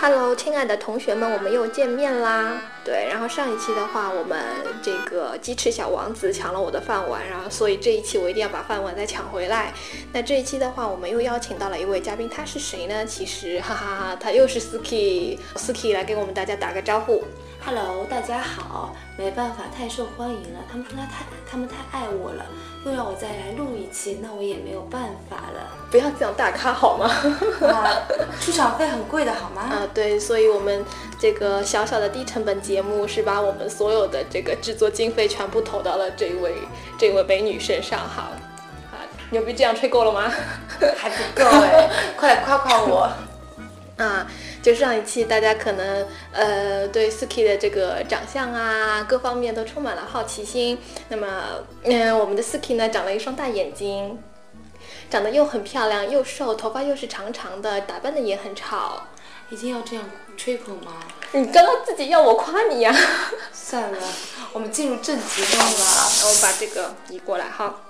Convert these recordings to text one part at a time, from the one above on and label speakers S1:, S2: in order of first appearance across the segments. S1: Hello，亲爱的同学们，我们又见面啦。对，然后上一期的话，我们这个鸡翅小王子抢了我的饭碗，然后所以这一期我一定要把饭碗再抢回来。那这一期的话，我们又邀请到了一位嘉宾，他是谁呢？其实哈哈哈，他又是 Ski，Ski 来给我们大家打个招呼。
S2: Hello，大家好。没办法，太受欢迎了，他们说他太，他们太爱我了，又让我再来录一期，那我也没有办法了。
S1: 不要这样大咖好吗？
S2: 啊，出场费很贵的好吗？
S1: 啊，对，所以我们这个小小的低成本节目是把我们所有的这个制作经费全部投到了这位这位美女身上哈。啊，牛逼，这样吹够了吗？
S2: 还不够哎，嗯 快来夸夸我。
S1: 啊，就上一期大家可能呃对 Suki 的这个长相啊各方面都充满了好奇心。那么，嗯、我们的 Suki 呢长了一双大眼睛，长得又很漂亮又瘦，头发又是长长的，打扮的也很潮。
S2: 一定要这样吹捧吗？
S1: 你刚刚自己要我夸你呀、
S2: 算了，我们进入正题好吧。
S1: 然后把这个移过来哈。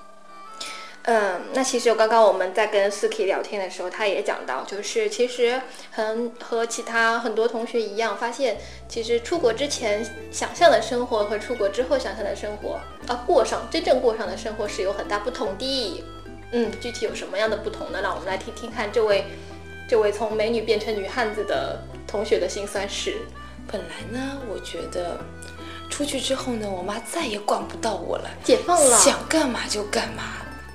S1: 嗯，那其实刚刚我们在跟 Suki 聊天的时候，他也讲到，就是其实很和其他很多同学一样，发现其实出国之前想象的生活和出国之后想象的生活啊，过上真正过上的生活是有很大不同的。嗯，具体有什么样的不同呢？让我们来听听看这位这位从美女变成女汉子的同学的辛酸史。
S2: 本来呢，我觉得出去之后呢，我妈再也管不到我了，
S1: 解放了，
S2: 想干嘛就干嘛，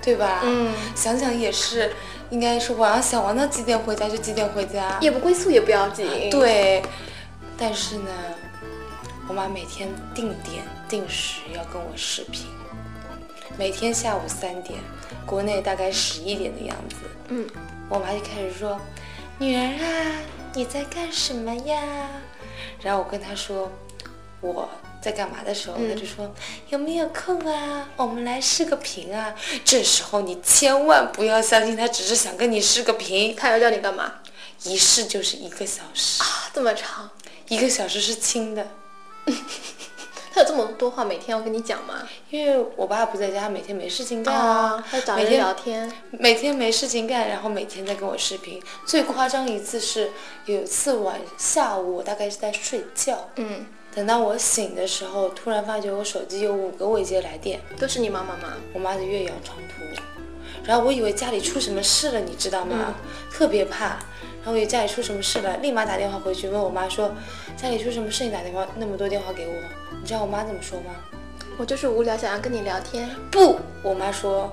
S2: 对吧？
S1: 嗯，
S2: 想想也是，应该是晚上想玩到几点回家就几点回家。
S1: 夜不归宿也不要紧。
S2: 对，但是呢，我妈每天定点定时要跟我视频，每天下午三点，国内大概十一点的样子，
S1: 嗯，
S2: 我妈就开始说：“女儿啊，你在干什么呀？”然后我跟她说我在干嘛的时候，她就说：“有没有空啊？我们来视个频啊！”这时候你千万不要相信她只是想跟你视个频，
S1: 他要叫你干嘛？
S2: 一视就是一个小时。
S1: 啊， 这么长，
S2: 一个小时是轻的，
S1: 他有这么多话每天要跟你讲吗？
S2: 因为我爸不在家，每天没事情干
S1: 啊
S2: 啊，，
S1: 他找
S2: 每
S1: 人
S2: 天
S1: 聊天，
S2: 每天没事情干，然后每天在跟我视频。最夸张一次是有一次晚下午，我大概是在睡觉，
S1: 嗯，
S2: 等到我醒的时候，突然发觉我手机有五个未接来电，
S1: 都是你妈妈吗？
S2: 我妈的岳阳长途，然后我以为家里出什么事了，你知道吗？
S1: 嗯
S2: 特别怕。然后我以为家里出什么事了，立马打电话回去问我妈说，家里出什么事？你打电话那么多电话给我，你知道我妈怎么说吗？
S1: 我就是无聊，想要跟你聊天。
S2: 不，我妈说，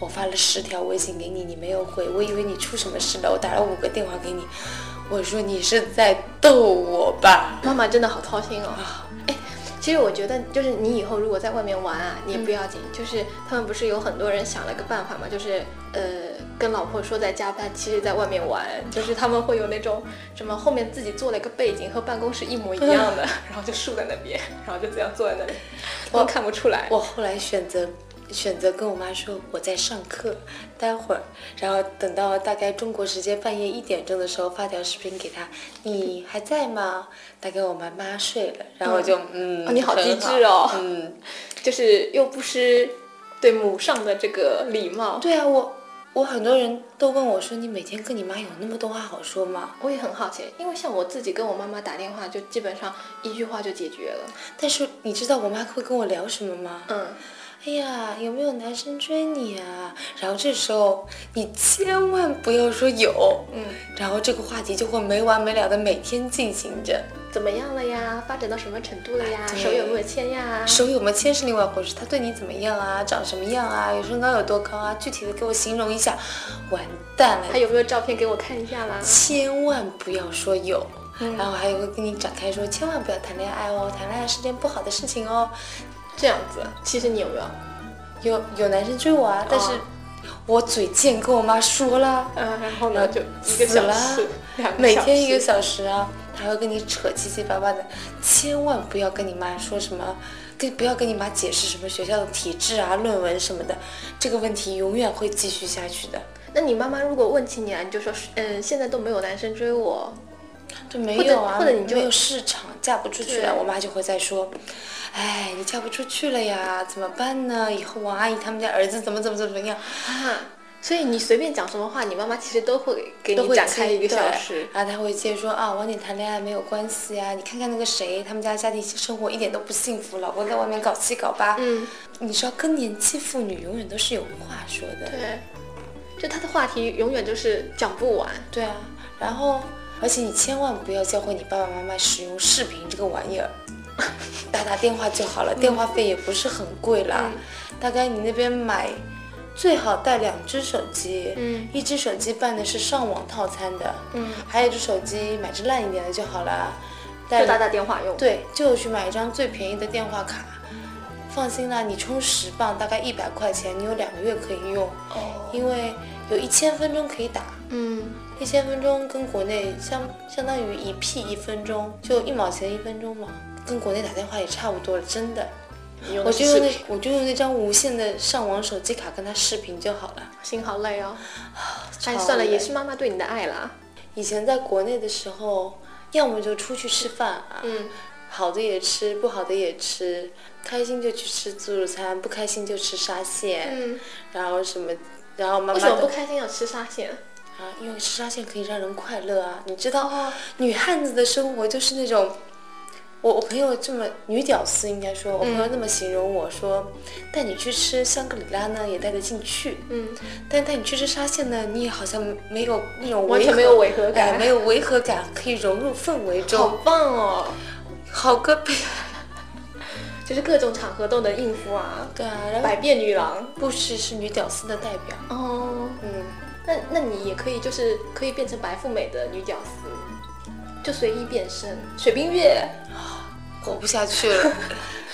S2: 我发了十条微信给你，你没有回，我以为你出什么事了，我打了五个电话给你，我说你是在逗我吧？
S1: 妈妈真的好操心哦。
S2: 啊，
S1: 其实我觉得，就是你以后如果在外面玩啊，你也不要紧，就是他们不是有很多人想了个办法嘛，就是呃跟老婆说在家，但其实在外面玩，就是他们会有那种什么后面自己做了一个背景，和办公室一模一样 的，然后就竖在那边，然后就这样坐在那里，我看不出来。
S2: 我后来选择选择跟我妈说我在上课，待会儿，然后等到大概中国时间半夜一点钟的时候发条视频给她，你还在吗？大概我妈妈睡了，然后我就嗯，
S1: 哦你好机
S2: 很
S1: 智哦
S2: 嗯，
S1: 就是又不失对母上的这个礼貌。
S2: 对啊，我我很多人都问我说你每天跟你妈有那么多话好说吗？
S1: 我也很好奇，因为像我自己跟我妈妈打电话，就基本上一句话就解决了。
S2: 但是你知道我妈会跟我聊什么吗？
S1: 嗯，
S2: 哎呀，有没有男生追你啊？然后这时候你千万不要说有，
S1: 嗯，
S2: 然后这个话题就会没完没了的每天进行着。
S1: 怎么样了呀？发展到什么程度了呀？
S2: 对
S1: 手有没有牵呀？
S2: 手友们牵是另外一回事，他对你怎么样啊？长什么样啊？有身高有多高啊？具体的给我形容一下。完蛋了
S1: 还，有没有照片给我看一下啦？
S2: 千万不要说有。
S1: 嗯
S2: 然后还有会跟你展开说，千万不要谈恋爱哦，谈恋爱是件不好的事情哦。
S1: 这样子，其实你有没有？
S2: 有有男生追我啊，但是
S1: 哦
S2: 我嘴贱，跟我妈说了，
S1: 嗯，然后呢，就一个
S2: 死
S1: 小
S2: 啦
S1: 时，两个
S2: 每
S1: 小
S2: 天一个
S1: 时
S2: 小时啊，还会跟你扯七七八八的，千万不要跟你妈说什么，跟不要跟你妈解释什么学校的体制啊、论文什么的，这个问题永远会继续下去的。
S1: 那你妈妈如果问起你来，你就说，嗯，现在都没有男生追我。
S2: 这没
S1: 或者
S2: 有啊，
S1: 或者你就
S2: 没有市场，嫁不出去
S1: 对
S2: 了，我妈就会再说，哎，你嫁不出去了呀，怎么办呢？以后王阿姨他们家儿子怎么怎么怎么样？
S1: 啊，所以你随便讲什么话，你妈妈其实都会给
S2: 都
S1: 你
S2: 会
S1: 展开
S2: 接
S1: 一个小
S2: 对
S1: 时。
S2: 啊，他会接着说啊，我跟你谈恋爱没有关系啊，你看看那个谁，他们家家庭生活一点都不幸福，老公在外面搞七搞八。
S1: 嗯，
S2: 你知道更年期妇女永远都是有话说的。
S1: 对，就她的话题永远就是讲不完。
S2: 对啊，然后而且你千万不要教会你爸爸妈妈使用视频这个玩意儿， 打打电话就好了，电话费也不是很贵啦，
S1: 嗯
S2: 大概你那边买。最好带两只手机，
S1: 嗯，
S2: 一只手机办的是上网套餐的，
S1: 嗯，
S2: 还有一只手机买只烂一点的就好啦，带
S1: 就打打电话用。
S2: 对，就去买一张最便宜的电话卡。放心啦，你充十磅大概一百块钱，你有两个月可以用，
S1: 哦，
S2: 因为有一千分钟可以打。
S1: 嗯，
S2: 一千分钟跟国内相相当于一 P 一分钟，就一毛钱一分钟嘛，跟国内打电话也差不多了，真的。
S1: 你用
S2: 我
S1: 的
S2: 就是用那
S1: 视频
S2: 我就用那张无线的上网手机卡跟他视频就好了。
S1: 心好累哦。
S2: 超
S1: 哎，算了，
S2: 累
S1: 也是妈妈对你的爱啦。
S2: 以前在国内的时候，要么就出去吃饭啊，
S1: 嗯，
S2: 好的也吃，不好的也吃，开心就去吃自助餐，不开心就吃沙县，
S1: 嗯，
S2: 然后什么，然后妈
S1: 为
S2: 妈
S1: 什么
S2: 都
S1: 不开心要吃沙县？
S2: 啊，因为吃沙县可以让人快乐啊，你知道。
S1: 哦，
S2: 女汉子的生活就是那种，我我朋友这么女屌丝应该说，我朋友
S1: 嗯
S2: 那么形容我说，带你去吃香格里拉呢也带得进去，
S1: 嗯，
S2: 但带你去吃沙县呢，你也好像没有那种
S1: 完全
S2: 违和
S1: 没有违和感
S2: 哎没有违和感，可以融入氛围
S1: 好
S2: 中，
S1: 棒哦，
S2: 好个屁！
S1: 就是各种场合都能应付啊，
S2: 对啊，然
S1: 百
S2: 后
S1: 变女郎。
S2: 不失是女屌丝的代表，
S1: 哦，
S2: 嗯，
S1: 那那你也可以就是可以变成白富美的女屌丝，就随意变身，水冰月、
S2: 活不下去 了，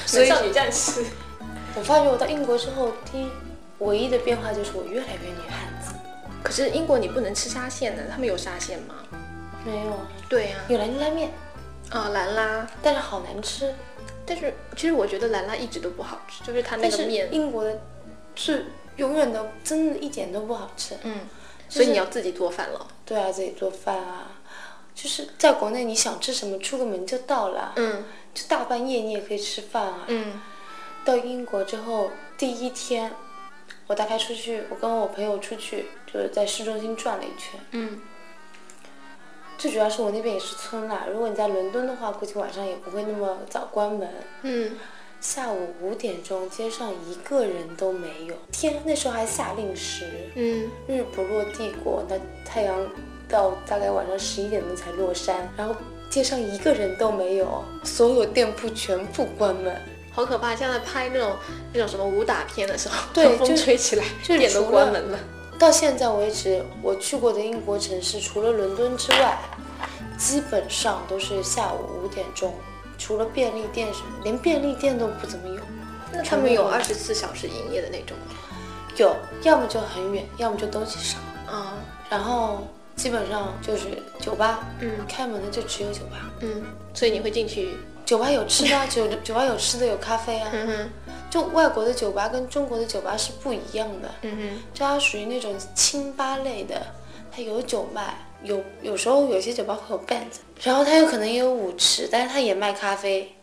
S2: 所
S1: 美
S2: 以
S1: 少女战士。
S2: 我发觉我到英国之后，第一唯一的变化就是我越来越女汉子，
S1: 可是英国你不能吃沙县的，他们有沙县吗？
S2: 没有啊，
S1: 对呀、
S2: 有兰州拉面，
S1: 啊，兰拉。
S2: 但是好难吃。
S1: 但是其实我觉得兰拉一直都不好吃，就是它那
S2: 但
S1: 个
S2: 是
S1: 面，
S2: 英国的是永远都真的一点都不好吃。
S1: 嗯，
S2: 就是
S1: 所以你要自己做饭了。
S2: 对啊，自己做饭啊，就是在国内你想吃什么，出个门就到了，
S1: 嗯
S2: 就大半夜你也可以吃饭啊。
S1: 嗯
S2: 到英国之后第一天，我大概出去，我跟我朋友出去，就是在市中心转了一圈。
S1: 嗯，
S2: 最主要是我那边也是村啦，如果你在伦敦的话，估计晚上也不会那么早关门。
S1: 嗯，
S2: 下午五点钟，街上一个人都没有。天，那时候还下令时，
S1: 嗯，
S2: 日不落帝国，那太阳到大概晚上十一点钟才落山，然后街上一个人都没有，所有店铺全部关门，
S1: 好可怕！像在拍那种那种什么武打片的时候，
S2: 对
S1: 风
S2: 就是
S1: 吹起来，
S2: 就是
S1: 店都
S2: 除
S1: 关
S2: 了
S1: 门了。
S2: 到现在为止，我去过的英国城市除了伦敦之外，基本上都是下午五点钟，除了便利店什么，连便利店都不怎么有。
S1: 那他们有二十四小时营业的那种吗？
S2: 有，要么就很远，要么就东西少。
S1: 啊，
S2: 然后基本上就是酒吧，
S1: 嗯
S2: 开门的就只有酒吧。
S1: 嗯，所以你会进去，
S2: 酒吧有吃的啊， 酒酒吧有吃的，有咖啡啊。
S1: 嗯哼，
S2: 就外国的酒吧跟中国的酒吧是不一样的，
S1: 嗯哼，
S2: 就它属于那种清吧类的，它有酒卖，有有时候有些酒吧会有 band，然后它有可能也有舞池，但是它也卖咖啡，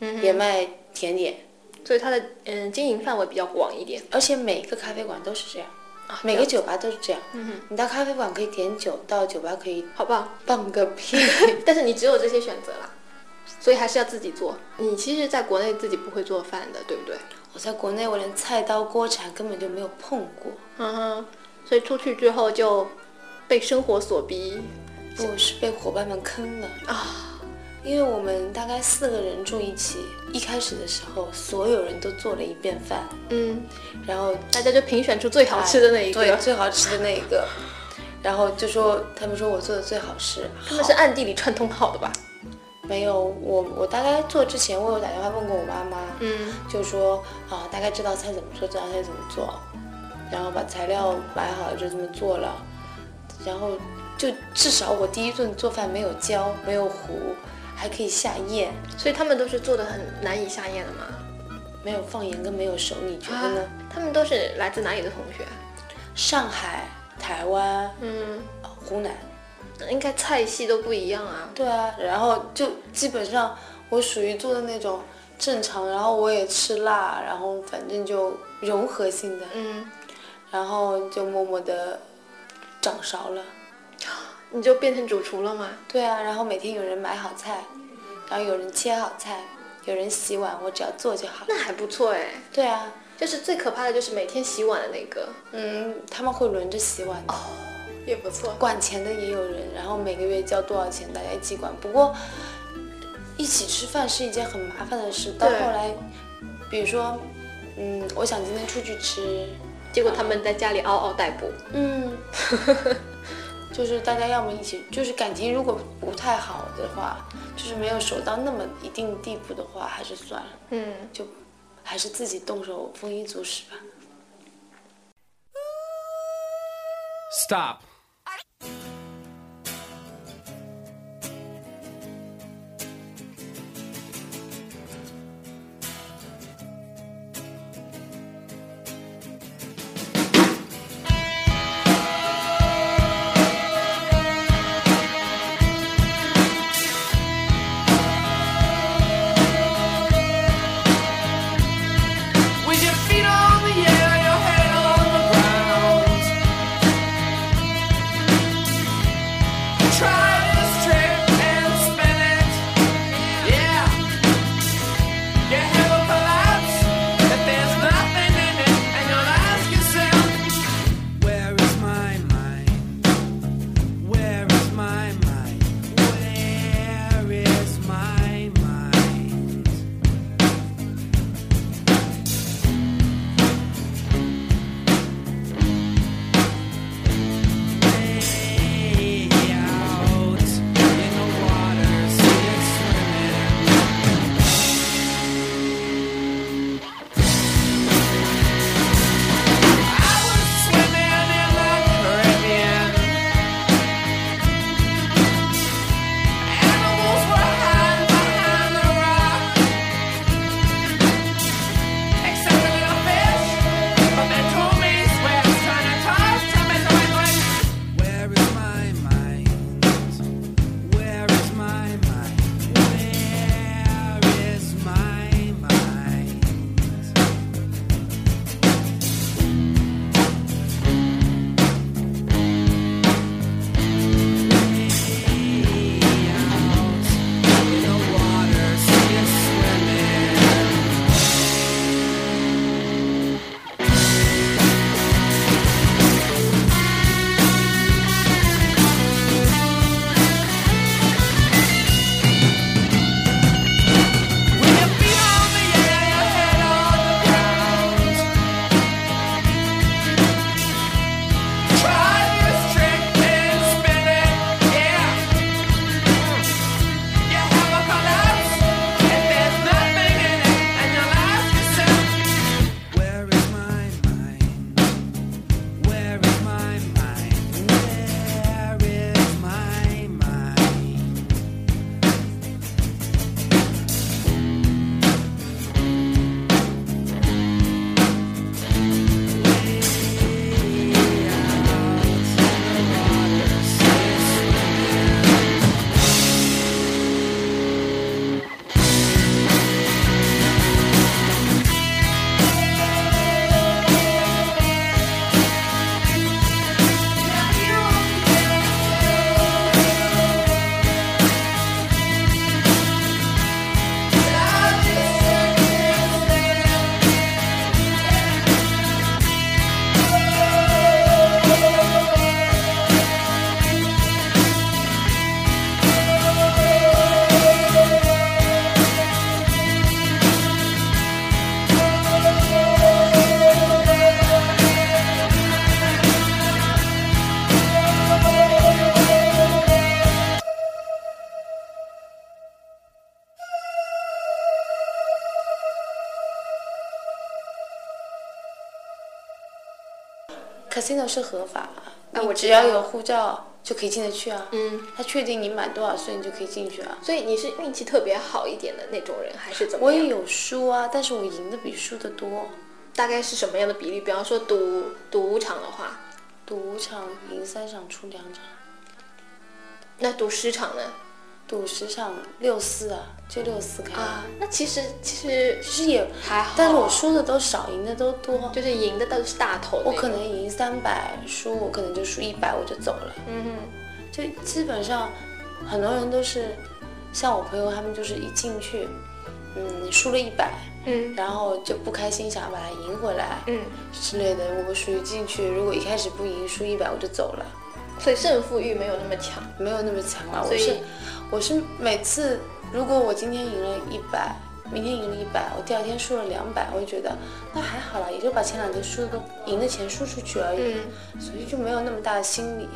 S1: 嗯
S2: 也卖甜点，
S1: 所以它的嗯经营范围比较广一点。
S2: 而且每个咖啡馆都是这样，
S1: 啊
S2: 每个酒吧都是这样。
S1: 嗯哼，
S2: 你到咖啡馆可以点酒，到酒吧可以
S1: 好 棒。
S2: 放个屁。
S1: 但是你只有这些选择啦，所以还是要自己做。你其实，在国内自己不会做饭的，对不对？
S2: 我在国内我连菜刀、锅铲根本就没有碰过，
S1: 嗯哼。所以出去之后就被生活所逼
S2: 我是被伙伴们坑了。
S1: 啊，
S2: 因为我们大概四个人住一起，一开始的时候，所有人都做了一遍饭，
S1: 嗯，哎
S2: 然后
S1: 大家就评选出最好吃的那一
S2: 哎对
S1: 个。
S2: 最好吃的那一个，然后就说他们说我做的最好吃，
S1: 他们是暗地里串通好的吧？
S2: 没有我我大概做之前我有打电话问过我妈妈，
S1: 嗯
S2: 就说啊大概这道菜怎么做，这道菜怎么做，然后把材料买好了就这么做了，然后就至少我第一顿做饭没有焦没有糊，还可以下咽，
S1: 所以他们都是做的很难以下咽的嘛。
S2: 没有放盐跟没有熟，你觉得呢？
S1: 他们都是来自哪里的同学？
S2: 上海、台湾、
S1: 嗯，
S2: 呃湖南，
S1: 应该菜系都不一样啊。
S2: 对啊，然后就基本上我属于做的那种正常，然后我也吃辣，然后反正就融合性的。
S1: 嗯
S2: 然后就默默的掌勺了。
S1: 你就变成主厨了吗？
S2: 对啊，然后每天有人买好菜，然后有人切好菜，有人洗碗，我只要做就好了。
S1: 那还不错哎。
S2: 对啊，
S1: 就是最可怕的就是每天洗碗的那个，
S2: 嗯，他们会轮着洗碗的，
S1: 也不错。
S2: 管钱的也有人，然后每个月交多少钱，大家一起管。不过一起吃饭是一件很麻烦的事，到后
S1: 对
S2: 来，比如说，嗯，我想今天出去吃，
S1: 结果他们在家里嗷嗷待哺。
S2: 嗯， 就是大家要么一起，就是感情如果不太好的话，就是没有熟到那么一定地步的话，还是算了，
S1: 嗯，
S2: 就还是自己动手丰衣足食吧。
S3: Stop. With your feet on the air, your head on the ground. Try this trick and spin it. Yeah. You have a collapse, but there's nothing in it, and you'll ask yourself, Where is my mind? Where is my mind? Where is my mind? out in the water, see it swimming. I was swimming in the Caribbean. Animals were hiding behind the rock. Except a little fish, but they told me swims trying to toss, tell me so I went. Where is my mind? Where is my mind? Where is my mind? Way out in the water, see it swimming. With your feet on the air, your head on the ground. Try this trick and spin it, yeah. You have a collapse if there's nothing in it, and you'll ask yourself, Where is my mind? Where is my mind? Where is my mind?
S2: casino 是合法
S1: 啊
S2: 的，
S1: 我
S2: 你
S1: 知
S2: 只
S1: 道
S2: 要有护照就可以进得去啊。
S1: 嗯，
S2: 他确定你满多少岁，你就可以进去啊。
S1: 所以你是运气特别好一点的那种人，还是怎么
S2: 我
S1: 样？
S2: 也有输啊，但是我赢的比输的多。
S1: 大概是什么样的比例？比方说赌赌五场的话，
S2: 赌五场赢三场出两场，
S1: 那赌十场呢？
S2: 赌石场六四啊，就六四开。
S1: 啊，那其实其实
S2: 其实也
S1: 还好，
S2: 但是我输的都少，赢的都多。
S1: 就是赢的都是大头那
S2: 我
S1: 种，
S2: 可能赢三百，输我可能就输一百，我就走了。
S1: 嗯哼。
S2: 就基本上很多人都是，像我朋友他们就是一进去，嗯，输了一百，
S1: 嗯
S2: 然后就不开心，想要把它赢回来
S1: 嗯，
S2: 之类的。我属于进去，如果一开始不赢，输一百我就走了，
S1: 所以胜负欲没有那么强。
S2: 没有那么强了。
S1: 所
S2: 我
S1: 以
S2: 是我是每次，如果我今天赢了一百。明天赢了一百，我第二天输了两百，我就觉得那还好啦，也就把前两天输的都赢的钱输出去而已，
S1: 嗯，
S2: 所以就没有那么大的心理。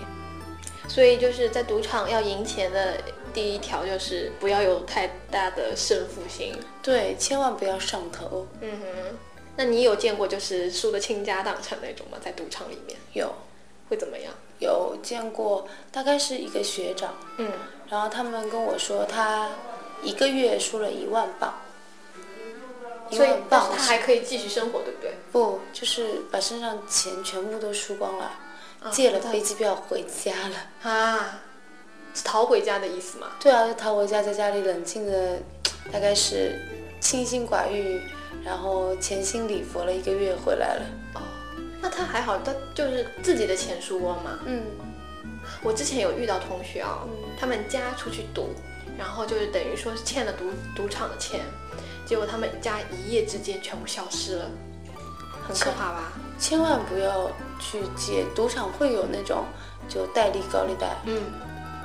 S1: 所以就是在赌场要赢钱的第一条就是不要有太大的胜负心。
S2: 对，千万不要上头。
S1: 嗯哼，那你有见过就是输的倾家荡产那种吗？在赌场里面
S2: 有
S1: 会怎么样？
S2: 有见过，大概是一个学长，
S1: 嗯，
S2: 然后他们跟我说他一个月输了一万镑，
S1: 嗯
S2: 一
S1: 所以
S2: 万
S1: 但是
S2: 镑
S1: 他
S2: 是
S1: 还可以继续生活，对不对？
S2: 不就是把身上钱全部都输光了，
S1: 嗯
S2: 借了飞机票回家了。
S1: 啊，是逃回家的意思吗？
S2: 对啊，就逃回家，在家里冷静的，大概是清心寡欲，然后潜心礼佛了一个月回来了。
S1: 哦，那他还好，他就是自己的钱输光嘛。
S2: 嗯，
S1: 我之前有遇到同学啊、他们家出去赌，然后就是等于说是欠了赌赌场的钱，结果他们家一夜之间全部消失了，很可怕吧？
S2: 千万不要去借，赌场会有那种就贷利高利贷，
S1: 嗯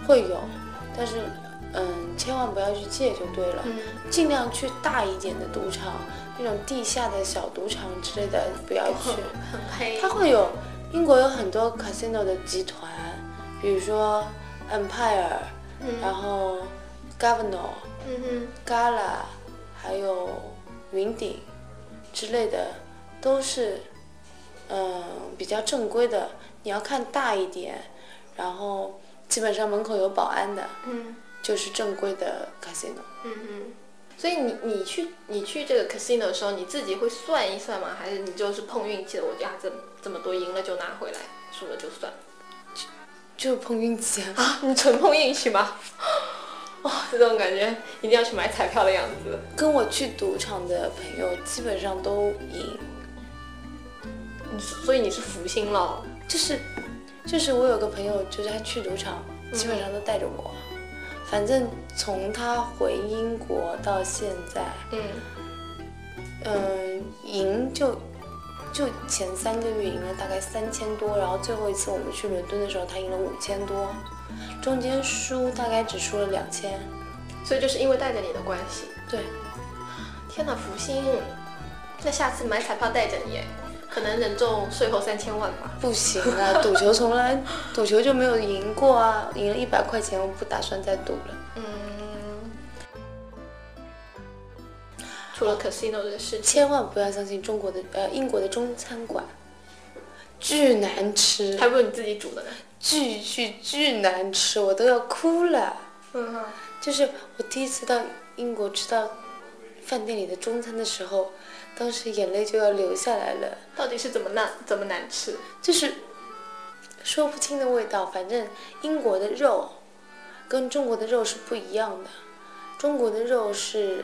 S2: 会有，但是嗯，千万不要去借就对了，
S1: 嗯
S2: 尽量去大一点的赌场，那种地下的小赌场之类的不要去。
S1: 很黑
S2: 它会有英国有很多 casino 的集团，比如说 Empire，、然后 Governor、
S1: 嗯
S2: Gala，还哦有云顶之类的，都是嗯比较正规的。你要看大一点，然后基本上门口有保安的，
S1: 哼嗯
S2: 就是正规的 casino。
S1: 嗯嗯。所以你你去你去这个 casino 的时候，你自己会算一算吗？还是你就是碰运气的？我家这这么多，赢了就拿回来，输了就算
S2: 就是碰运气啊！
S1: 啊？你纯碰运气吗？ 哇、哦，这种感觉一定要去买彩票的样子。
S2: 跟我去赌场的朋友基本上都赢，
S1: 你是所以你是福星了。
S2: 就是就是我有个朋友，就是他去赌场，基本上都带着我。反正从他回英国到现在，
S1: 嗯，
S2: 嗯，赢就就前三个月赢了大概三千多，然后最后一次我们去伦敦的时候，他赢了五千多，中间输大概只输了两千。
S1: 所以就是因为带着你的关系。
S2: 对，
S1: 天哪，福星，那下次买彩票带着你，可能人中税后三千万吧。
S2: 不行啊，赌球从来赌球就没有赢过啊，赢了一百块钱，我不打算再赌了。
S1: 嗯，除了 casino 的事情，
S2: 千万不要相信中国的呃英国的中餐馆，巨难吃
S1: 还，不如你自己煮的呢。
S2: 巨巨巨难吃，我都要哭了。
S1: 嗯，
S2: 就是我第一次到英国吃到饭店里的中餐的时候，当时眼泪就要流下来了，
S1: 到底是怎么难怎么难吃？
S2: 就是说不清的味道。反正英国的肉跟中国的肉是不一样的，中国的肉是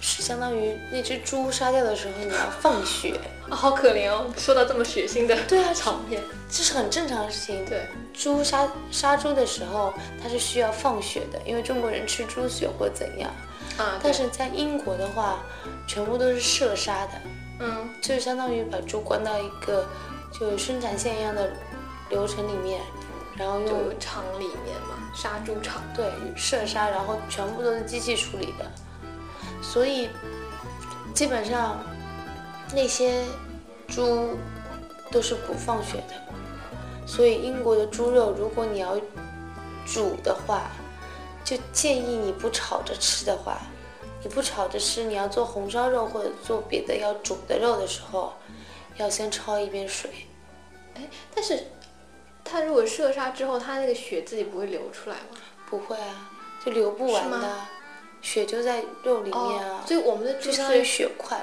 S2: 是相当于那只猪杀掉的时候你要放血，
S1: 啊，好可怜哦，说到这么血腥的
S2: 对啊
S1: 场面。
S2: 这是很正常的事情。
S1: 对，
S2: 猪杀杀猪的时候，它是需要放血的，因为中国人吃猪血或怎样。
S1: 啊，
S2: 但是在英国的话，全部都是射杀的，
S1: 对嗯
S2: 就是相当于把猪关到一个就是生产线一样的流程里面，然后用
S1: 就厂里面嘛，杀猪场。
S2: 对射杀，然后全部都是机器处理的，所以基本上那些猪都是不放血的，所以英国的猪肉如果你要煮的话，就建议你不炒着吃的话，你不炒着吃，你要做红烧肉或者做别的要煮的肉的时候，要先焯一遍水。
S1: 哎，但是它如果射杀之后，它那个血自己不会流出来吗？
S2: 不会啊，就流不完
S1: 是
S2: 的
S1: 吗，哦
S2: 血就在肉里面啊。
S1: 所以我们的猪
S2: 就相当于
S1: 是
S2: 血块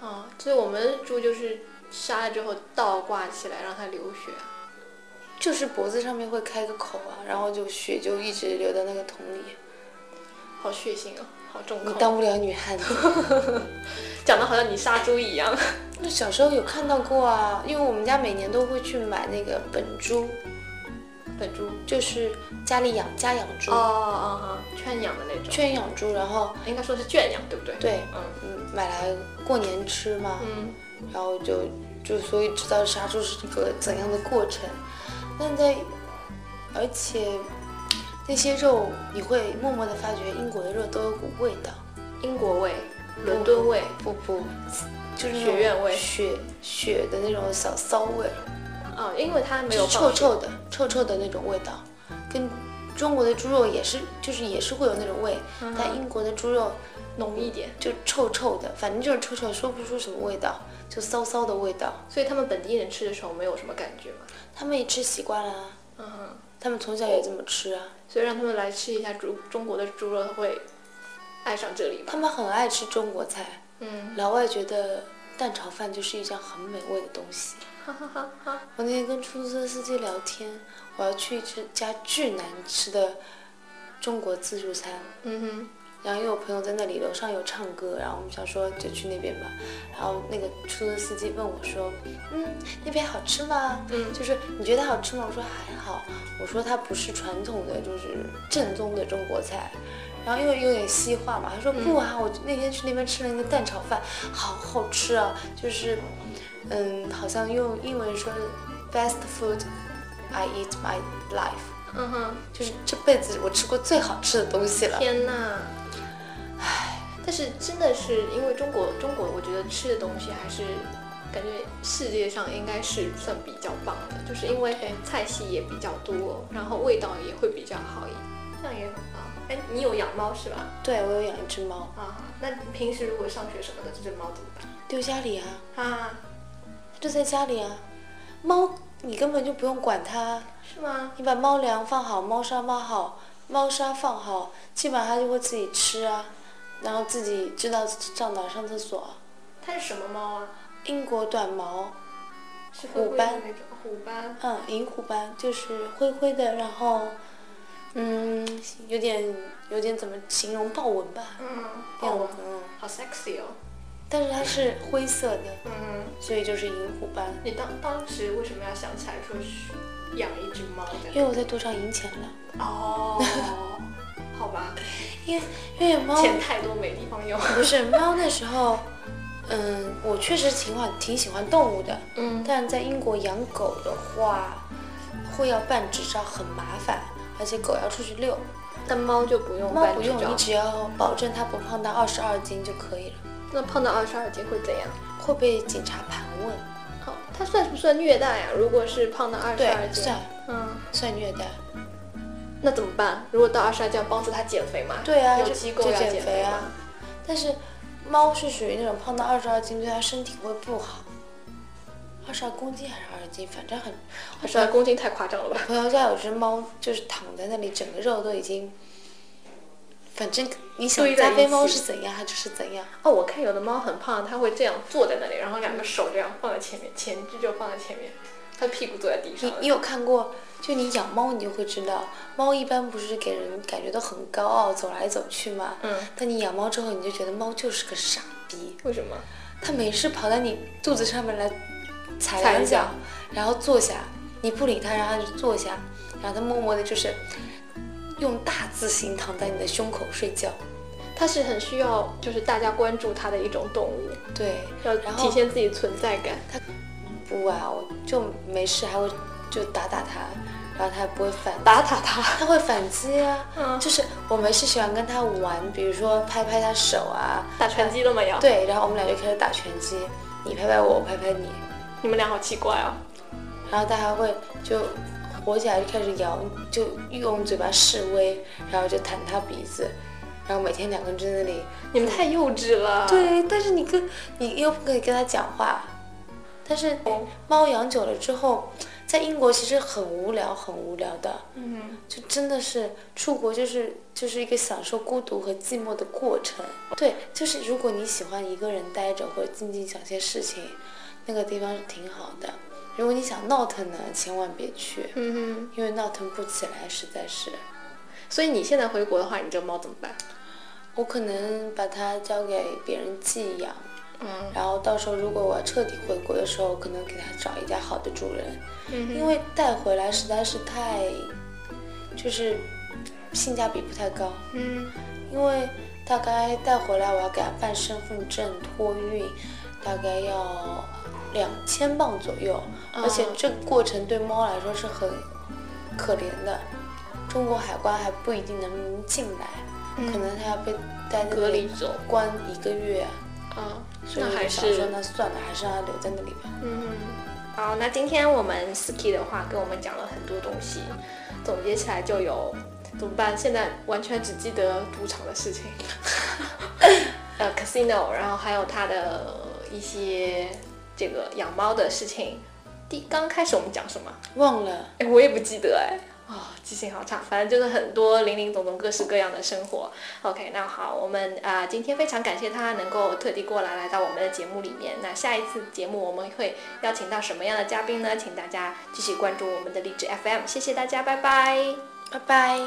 S2: 嘛。
S1: 啊，所以我们的猪就是杀了之后倒挂起来让它流血。
S2: 就是脖子上面会开个口啊，然后就血就一直流到那个桶里。
S1: 好血腥哦，好重
S2: 你
S1: 口，
S2: 当不了女汉子。
S1: 讲的好像你杀猪一样。
S2: 那小时候有看到过啊，因为我们家每年都会去买那个本猪，
S1: 本猪，
S2: 就是家里养家养猪，
S1: 哦哦哦，圈养的那种，
S2: 圈养猪，然后
S1: 应该说是圈养，对不对？，
S2: 对，
S1: 嗯
S2: 嗯，买来过年吃嘛，
S1: 嗯，
S2: 然后就就所以知道杀猪是个怎样的过程。那在而且那些肉，你会默默的发觉英国的肉都有股味道，
S1: 英国味、伦敦味，
S2: 不不，就是那
S1: 学
S2: 种
S1: 院味
S2: 血血的那种小骚味，
S1: 哦，因为它没
S2: 就
S1: 有
S2: 是臭
S1: 放血，
S2: 臭的臭臭的那种味道，跟中国的猪肉也是就是也是会有那种味，
S1: 嗯
S2: 但英国的猪肉
S1: 浓一点，
S2: 就臭臭的，反正就是臭臭，说不出什么味道，就骚骚的味道。
S1: 所以他们本地人吃的时候没有什么感觉嘛。
S2: 他们也吃习惯了、啊，
S1: 嗯哼，
S2: 他们从小也这么吃啊，
S1: 所以让他们来吃一下猪中国的猪肉，会爱上这里吧
S2: 他。们很爱吃中国菜。
S1: 嗯，
S2: 老外觉得蛋炒饭就是一样很美味的东西。
S1: 哈哈哈哈。
S2: 我那天跟出租车司机聊天，我要去一家巨难吃的中国自助餐，
S1: 嗯哼，
S2: 然后因为我朋友在那里楼上有唱歌，然后我们想说就去那边吧。然后那个出租车司机问我说：“嗯，那边好吃吗？
S1: 嗯
S2: 就是你觉得好吃吗？”我说还好。我说它不是传统的，就是正宗的中国菜。然后因为有点西化嘛，他
S1: 嗯
S2: 说不啊，我那天去那边吃了一个蛋炒饭，好好吃啊，就是，嗯，好像用英文说 best food I eat my life，
S1: 嗯哼，
S2: 就是这辈子我吃过最好吃的东西了。
S1: 天呐，唉，但是真的是因为中国，中国我觉得吃的东西还是感觉世界上应该是算比较棒的，就是因为菜系也比较多，然后味道也会比较好一点，这样也很棒。哎，你有养猫是吧？
S2: 对，我有养一只猫，
S1: 啊，那平时如果上学什么的，这只猫怎么办？
S2: 丢家里啊，
S1: 啊，
S2: 就在家里啊。猫你根本就不用管它，
S1: 是吗？
S2: 你把猫粮放好，猫砂放好，猫砂放好，基本上它就会自己吃啊，然后自己知道上哪儿上厕所啊。
S1: 它是什么猫啊？
S2: 英国短毛，
S1: 是
S2: 虎
S1: 灰灰的
S2: 斑
S1: 那种虎斑。
S2: 嗯，银虎斑就是灰灰的，然后，嗯，有点有点怎么形容豹纹吧，
S1: 嗯，
S2: 豹纹，
S1: 哦，
S2: 嗯，
S1: 好 sexy 哦。
S2: 但是它是灰色的，
S1: 嗯。
S2: 所以就是银虎斑。
S1: 你当当时为什么要想起来说是养一只猫的？
S2: 因为我在赌场赢钱了，
S1: 哦， 好吧，
S2: 因为因为猫
S1: 钱太多没地方用。
S2: 不是猫那时候，嗯，我确实挺欢挺喜欢动物的，
S1: 嗯，
S2: 但在英国养狗的话，会要办执照很麻烦，而且狗要出去遛，
S1: 但猫就不用
S2: 猫
S1: 办
S2: 不
S1: 这
S2: 用，
S1: 种
S2: 你只要保证它不胖到二十二斤就可以了，
S1: 那胖到二十二斤会怎样？
S2: 会被警察盘问，
S1: 哦，它算不算虐待啊？如果是胖到二十
S2: 对
S1: 二，斤，
S2: 算
S1: 嗯，
S2: 算虐待，
S1: 那怎么办？如果到二十二斤，要帮助它减肥吗？
S2: 对啊，
S1: 有
S2: 就
S1: 机构
S2: 就
S1: 要
S2: 减
S1: 肥
S2: 肥
S1: 吗
S2: 啊，，但是猫是属于那种胖到二十二斤对它身体会不好，二十二公斤还是二十斤，反正很，
S1: 二十二公斤太夸张了吧？
S2: 朋友家有只猫，就是躺在那里，整个肉都已经，反正你想
S1: 堆在
S2: 加菲
S1: 一
S2: 猫
S1: 起
S2: 是怎样，它就是怎样。
S1: 哦，我看有的猫很胖，它会这样坐在那里，然后两个手这样放在前面，前肢就放在前面，它屁股坐在地上
S2: 你
S1: 了。
S2: 你有看过？就你养猫，你就会知道，猫一般不是给人感觉都很高傲，走来走去嘛。
S1: 嗯。
S2: 但你养猫之后，你就觉得猫就是个傻逼，
S1: 为什么？
S2: 它没事跑到你肚子上面来踩
S1: 踩
S2: 两
S1: 一
S2: 脚
S1: 脚，
S2: 然后坐下，你不理它，然后它就坐下，然后它默默的就是用大字形躺在你的胸口睡觉。
S1: 它是很需要就是大家关注它的一种动物，
S2: 对，
S1: 要
S2: 然后
S1: 体现自己存在感。
S2: 不啊，我就没事还会就打打他，然后他也不会反，
S1: 打打它，
S2: 他会反击啊。
S1: 嗯
S2: 就是我没事喜欢跟他玩，比如说拍拍他手啊，
S1: 打拳击了吗？要？，
S2: 对，然后我们俩就开始打拳击，你拍拍我，我拍拍你，
S1: 你们俩好奇怪哦。
S2: 然后他还会就火起来就开始摇，就用嘴巴示威，然后就弹他鼻子，然后每天两个人在那里。
S1: 你们太幼稚了。，
S2: 对，但是你跟你又不可以跟他讲话，但是猫养久了之后，在英国其实很无聊，很无聊的，
S1: 嗯，
S2: 就真的是出国就是就是一个享受孤独和寂寞的过程。对，就是如果你喜欢一个人待着或者静静想些事情，那个地方是挺好的。如果你想闹腾呢，千万别去，
S1: 嗯
S2: 因为闹腾不起来，实在是。
S1: 哼。所以你现在回国的话，你这个猫怎么办？
S2: 我可能把它交给别人寄养，
S1: 嗯
S2: 然后到时候如果我彻底回国的时候，可能给它找一家好的主人，
S1: 嗯
S2: 因为带回来实在是太，就是性价比不太高，
S1: 嗯
S2: 因为大概带回来我要给它办身份证、托运，大概要两千磅左右，
S1: 嗯
S2: 而且这个过程对猫来说是很可怜的，中国海关还不一定能进来，
S1: 嗯
S2: 可能它要被带那
S1: 隔离
S2: 里
S1: 走
S2: 关一个月，
S1: 啊，
S2: 所以
S1: 那
S2: 我
S1: 还
S2: 就想说
S1: 是
S2: 那算了，还是让它留在那里吧。
S1: 嗯，好，那今天我们 Ski 的话跟我们讲了很多东西，总结起来就有怎么办？现在完全只记得赌场的事情， 呃，casino，然后还有他的一些这个养猫的事情。第刚开始我们讲什么？
S2: 忘了，
S1: 哎，我也不记得哎。啊、记性好差，反正就是很多零零总总、各式各样的生活。OK，那好，我们啊、呃今天非常感谢他能够特地过来来到我们的节目里面。那下一次节目我们会邀请到什么样的嘉宾呢？请大家继续关注我们的荔枝 FM，谢谢大家，拜拜。
S2: 拜拜。